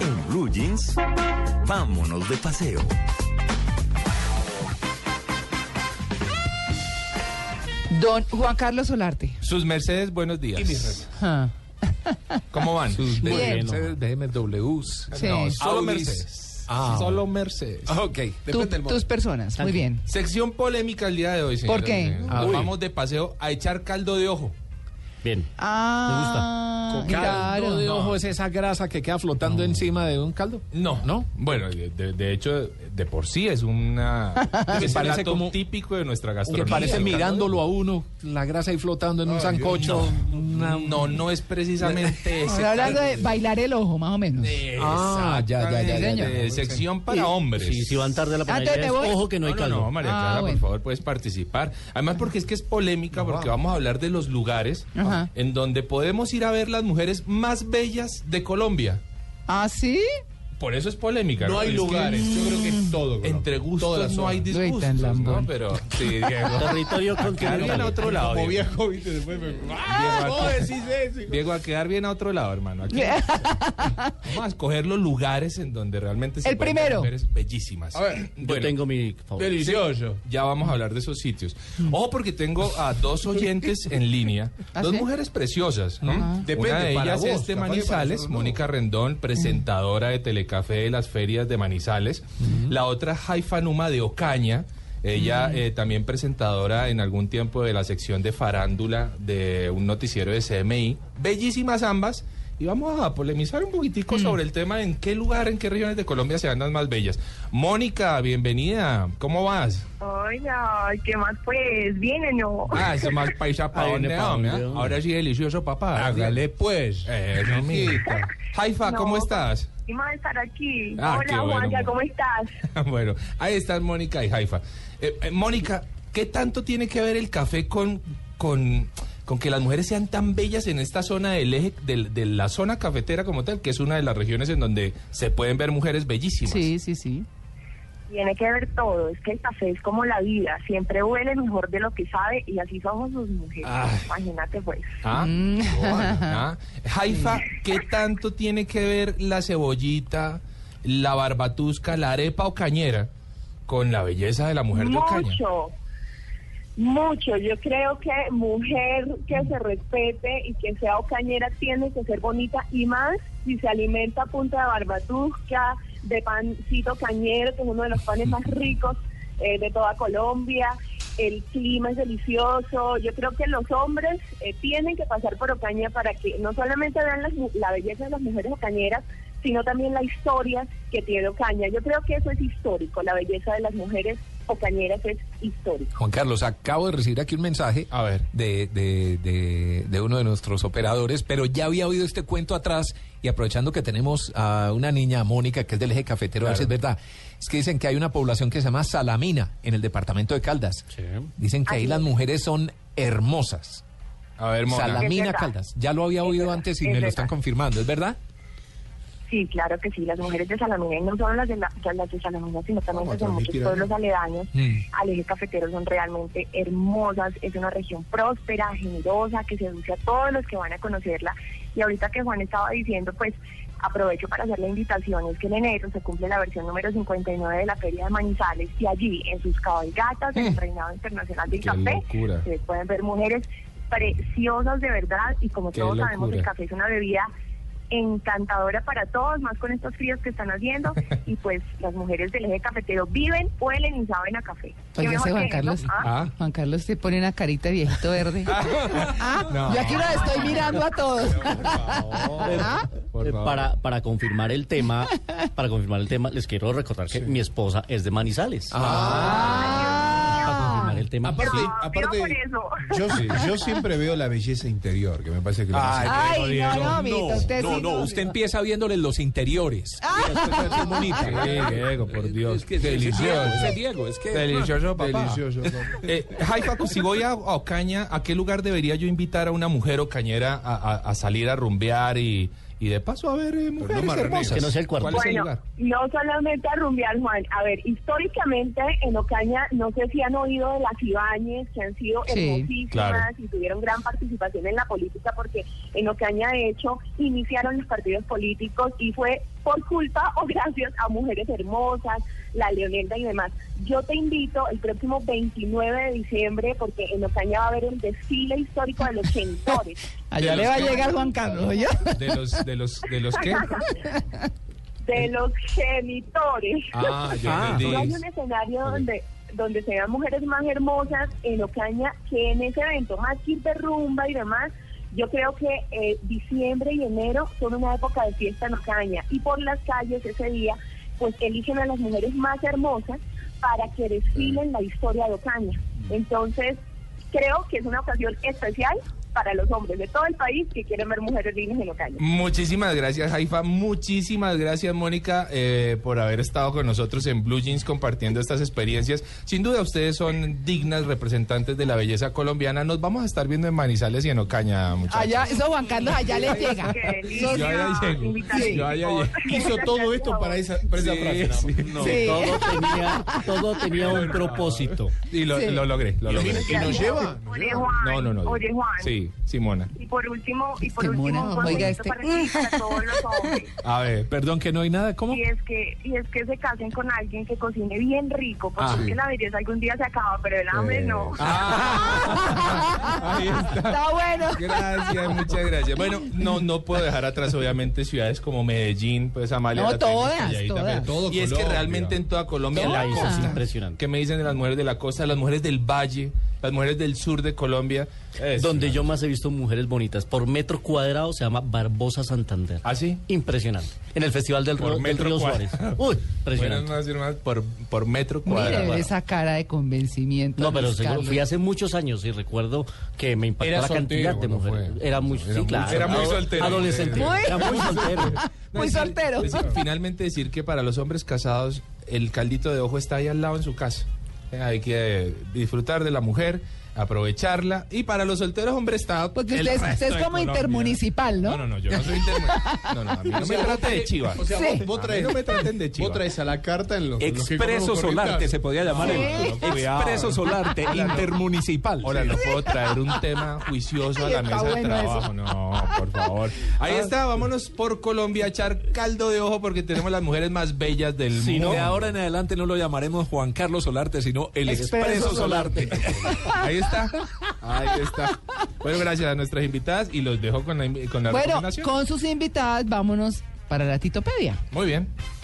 En Blue Jeans, vámonos de paseo. Don Juan Carlos Solarte. Sus Mercedes, buenos días. Y mis redes. Ah. ¿Cómo van? Ah, Sus Bien. Mercedes, BMWs. Sí. No, Solo Audis. Mercedes. Ah. Solo Mercedes. Ah, Ok, depende Tú- del tus momento. personas, muy bien. Sección polémica el día de hoy, señor. ¿Por qué? Ah, uy. Vamos de paseo a echar caldo de ojo. Bien. Ah, Con caldo claro. de ojo es esa grasa que queda flotando encima de un caldo. No, ¿No? Bueno, de, de- de hecho, de por sí es una Que es un parece plato como- típico de nuestra Que gastronomía. parece El caldo de mirándolo a uno, la grasa ahí flotando en un Ay, sancocho. no. una- No, no es precisamente ese. Ahora hablando de bailar el ojo, más o menos. Ah, ya, ya, ya, ya, ya. Exactamente. Sección para hombres. Si, si van tarde a la panadería, Antes Ah, me es, voy. ojo que no hay caldo. No, María Ah, Clara, bueno. por favor, puedes participar. Además, porque es que es polémica, porque vamos a hablar de los lugares Ajá. en donde podemos ir a ver las mujeres más bellas de Colombia. ¿Ah, sí? Por eso es polémica. No, Es que Yo creo que es todo. Entre Todas gustos las no hay zonas. Uy, disgustos, tan lambón. ¿no? Pero sí, Diego. Territorio quedar bien a continental. otro lado. Diego. No ¡Ah! decís eso. Diego, a quedar bien a otro lado, hermano. Aquí vamos a escoger los lugares en donde realmente se El encuentran primero. mujeres bellísimas. A ver, Yo Bueno, tengo mi favorito. Delicioso. Ya vamos a hablar de esos sitios. Ojo, porque tengo a dos oyentes en línea, Mm. ¿Ah, dos sí? mujeres preciosas. ¿no? Depende, Una de para ellas vos, es de capaz de Manizales, parecerlo, ¿no? Mónica Rendón, presentadora de Telecafé de las ferias de Manizales. La otra, Haifa Numa de Ocaña. Ella eh, también presentadora en algún tiempo de la sección de farándula de un noticiero de CMI. Bellísimas ambas. Y vamos a polemizar un Mm. poquitico sobre el tema en qué lugar, en qué regiones de Colombia se dan las más bellas. Mónica, bienvenida. ¿Cómo vas? Hola, ¿qué más pues? ¿Viene o no? Ah, ese mal paisa pa' Ay, dónde pa' vamos, dónde ¿ah? vamos. Ahora sí delicioso, papá. Hágale pues. Eh, no, mijita. Haifa, ¿cómo No. estás? Y más estar aquí. Ah, qué Hola, bueno, Juanca, amor. ¿cómo estás? bueno, ahí están Mónica y Haifa. Eh, eh, Mónica, ¿qué tanto tiene que ver el café con, con, con que las mujeres sean tan bellas en esta zona del eje, del- de la zona cafetera como tal, que es una de las regiones en donde se pueden ver mujeres bellísimas? Sí, sí, sí. Tiene que ver todo, es que el café es como la vida, siempre huele mejor de lo que sabe y así somos sus mujeres. Ay. Imagínate pues. Ah, Mm. bueno, ah. Haifa, ¿qué tanto tiene que ver la cebollita, la barbatusca, la arepa o cañera con la belleza de la mujer de Ocaña? Mucho, mucho. Yo creo que mujer que se respete y que sea ocañera tiene que ser bonita y más si se alimenta a punta de barbatusca, de pancito cañero, que es uno de los panes más ricos eh, de toda Colombia. El clima es delicioso. Yo creo que los hombres eh, tienen que pasar por Ocaña para que no solamente vean las mu- la belleza de las mujeres ocañeras, sino también la historia que tiene Ocaña. Yo creo que eso es histórico, la belleza de las mujeres ocañeras es histórico. Juan Carlos, acabo de recibir aquí un mensaje A ver. De, de- de- de uno de nuestros operadores, pero ya había oído este cuento atrás y aprovechando que tenemos a una niña, Mónica, que es del eje cafetero, a ver si es verdad. Es que dicen que hay una población que se llama Salamina en el departamento de Caldas. Sí. Dicen que ahí Así las es. mujeres son hermosas. A ver, Mona. Salamina Es verdad. Caldas. Ya lo había Es oído verdad, antes y me es lo verdad. están confirmando, ¿es verdad? Sí, claro que sí, las mujeres de Salamina, y no solo las de, la- las de Salamina, sino también Vamos a las de muchos transmitir pueblos aledaños Mm. al eje cafetero son realmente hermosas. Es una región próspera, generosa, que seduce a todos los que van a conocerla. Y ahorita que Juan estaba diciendo, pues aprovecho para hacer la invitación, es que en enero se cumple la versión número 59 de la Feria de Manizales y allí, en sus cabalgatas, en el Reinado Internacional del Qué Café, locura. ustedes pueden ver mujeres preciosas de verdad y como Qué todos sabemos, el locura. café es una bebida encantadora para todos, más con estos fríos que están haciendo. y pues las mujeres del eje cafetero viven, huelen y saben a café. ¿Qué Pues ya mejor sé, que Juan eso? Carlos. Ah, Ah. Juan Carlos te pone una carita de viejito verde. Ah, Yo aquí los estoy mirando a todos. Ah, por Eh, favor. Para, para confirmar el tema, para confirmar el tema, les quiero recordar que mi esposa es de Manizales. Para confirmar el tema. Aparte, sí. Ah, aparte pero por eso. yo, sí- yo siempre veo la belleza interior, que me parece que lo más Ay, no, no, amiguito, usted No, sí. no, usted empieza viéndoles los interiores. Ah. Sí, Diego, por Dios. Es que es delicioso. Diego, es Diego, es que Delicioso, papá. delicioso. Eh, Haifa, pues, si voy a, a Ocaña, ¿a qué lugar debería yo invitar a una mujer ocañera a, a- a salir a rumbear y, y de paso a ver eh, mujeres me renegues. hermosas? Que Pues no sea el cuarto. ¿Cuál es el Bueno, lugar? no solamente a rumbear, Juan. A ver, históricamente en Ocaña, no sé si han oído de las Ibáñez, que han sido Sí, hermosísimas claro. y tuvieron gran participación en la política, porque en Ocaña, de hecho, iniciaron los partidos políticos y fue por culpa o gracias a mujeres hermosas, la Leonelda y demás. Yo te invito el próximo 29 de diciembre, porque en Ocaña va a haber el desfile histórico de los chentores. Allá De le los va a que- llegar Juan Carlos, ¿ya? De los, de los, de los qué? de los genitores. Ah, yo Ah. No hay entendí. un escenario donde donde se vean mujeres más hermosas en Ocaña que en ese evento, más que ir de rumba y demás. Yo creo que eh, diciembre y enero son una época de fiesta en Ocaña y por las calles ese día pues eligen a las mujeres más hermosas para que desfilen la historia de Ocaña. Mm. Entonces creo que es una ocasión especial para los hombres de todo el país que quieren ver mujeres dignas en Ocaña. Muchísimas gracias, Haifa. Muchísimas gracias, Mónica, eh, por haber estado con nosotros en Blue Jeans compartiendo estas experiencias. Sin duda, ustedes son dignas representantes de la belleza colombiana. Nos vamos a estar viendo en Manizales y en Ocaña, muchachos. Allá, eso Juan Carlos, allá les llega. Qué delicia. Yo allá llego. Invitaré, Yo allá por favor. Hizo todo esto para esa, para esa Sí, frase. nada más. sí. No. Sí. Todo tenía, todo tenía un propósito. Y lo, Sí. lo logré, lo logré. ¿Y nos lleva? Oye, Juan. No, no, no. Oye, Juan. Sí, Simona. Y por último, y por Este último, mono, un oiga, consejito este- para, ti, para todos los hombres. A ver, Perdón, que no hay nada. ¿Cómo? Y es, que, y es que se casen con alguien que cocine bien rico, porque Ah. Eh, es que la belleza algún día se acaba, pero el hambre no. ahí está. Está bueno. Gracias, muchas gracias. Bueno, no, no puedo dejar atrás, obviamente, ciudades como Medellín, pues Amalia. No, la tengo todas, calladita, todas. pero- Todo y es que Colombia. realmente en toda Colombia, El la país es costa. impresionante. ¿Qué me dicen de las mujeres de la costa, las mujeres del valle, las mujeres del sur de Colombia? Es Donde una- yo más he visto mujeres bonitas por metro cuadrado se llama Barbosa Santander. ¿Ah, sí? Impresionante. En el Festival del, Por Ro- del metro Río Suárez. cuadrado. Uy, Bueno, impresionante. no decir más, por, por metro cuadrado. Mire esa cara de convencimiento. No, pero Luis seguro, Carlos. fui hace muchos años y recuerdo que me impactó Era la cantidad soltero de cuando mujeres. fue. Era muy, Era sí, muy- claro. era muy soltero. Adolescente. Muy- Era muy soltero. Muy decir- soltero. decir- finalmente decir que para los hombres casados el caldito de ojo está ahí al lado en su casa. Eh, Hay que disfrutar de la mujer, aprovecharla. Y para los solteros, hombre, está. Porque el usted es- usted resto es de como Colombia. intermunicipal, ¿no? No, no, no, yo no soy intermunicipal. No, no, a mí no me trate de chiva. O sea, Sí. vos, vos A mí traes, no me traten de chiva. vos traes a la carta en los los que Expreso comemos Solarte corrientazo. se podía llamar el Sí. Expreso Solarte Intermunicipal. Ahora no puedo traer un tema juicioso a Ay, la está mesa de bueno trabajo. eso. No, por favor. Ah. Ahí está, vámonos por Colombia a echar caldo de ojo porque tenemos las mujeres más bellas del Si no, mundo. de ahora en adelante no lo llamaremos Juan Carlos Solarte, sino el Expreso Expreso Solarte. Ahí está. Ahí está. Bueno, gracias a nuestras invitadas y los dejo con la, invi- con la Bueno, recomendación. con sus invitadas, vámonos para la Titopedia. Muy bien.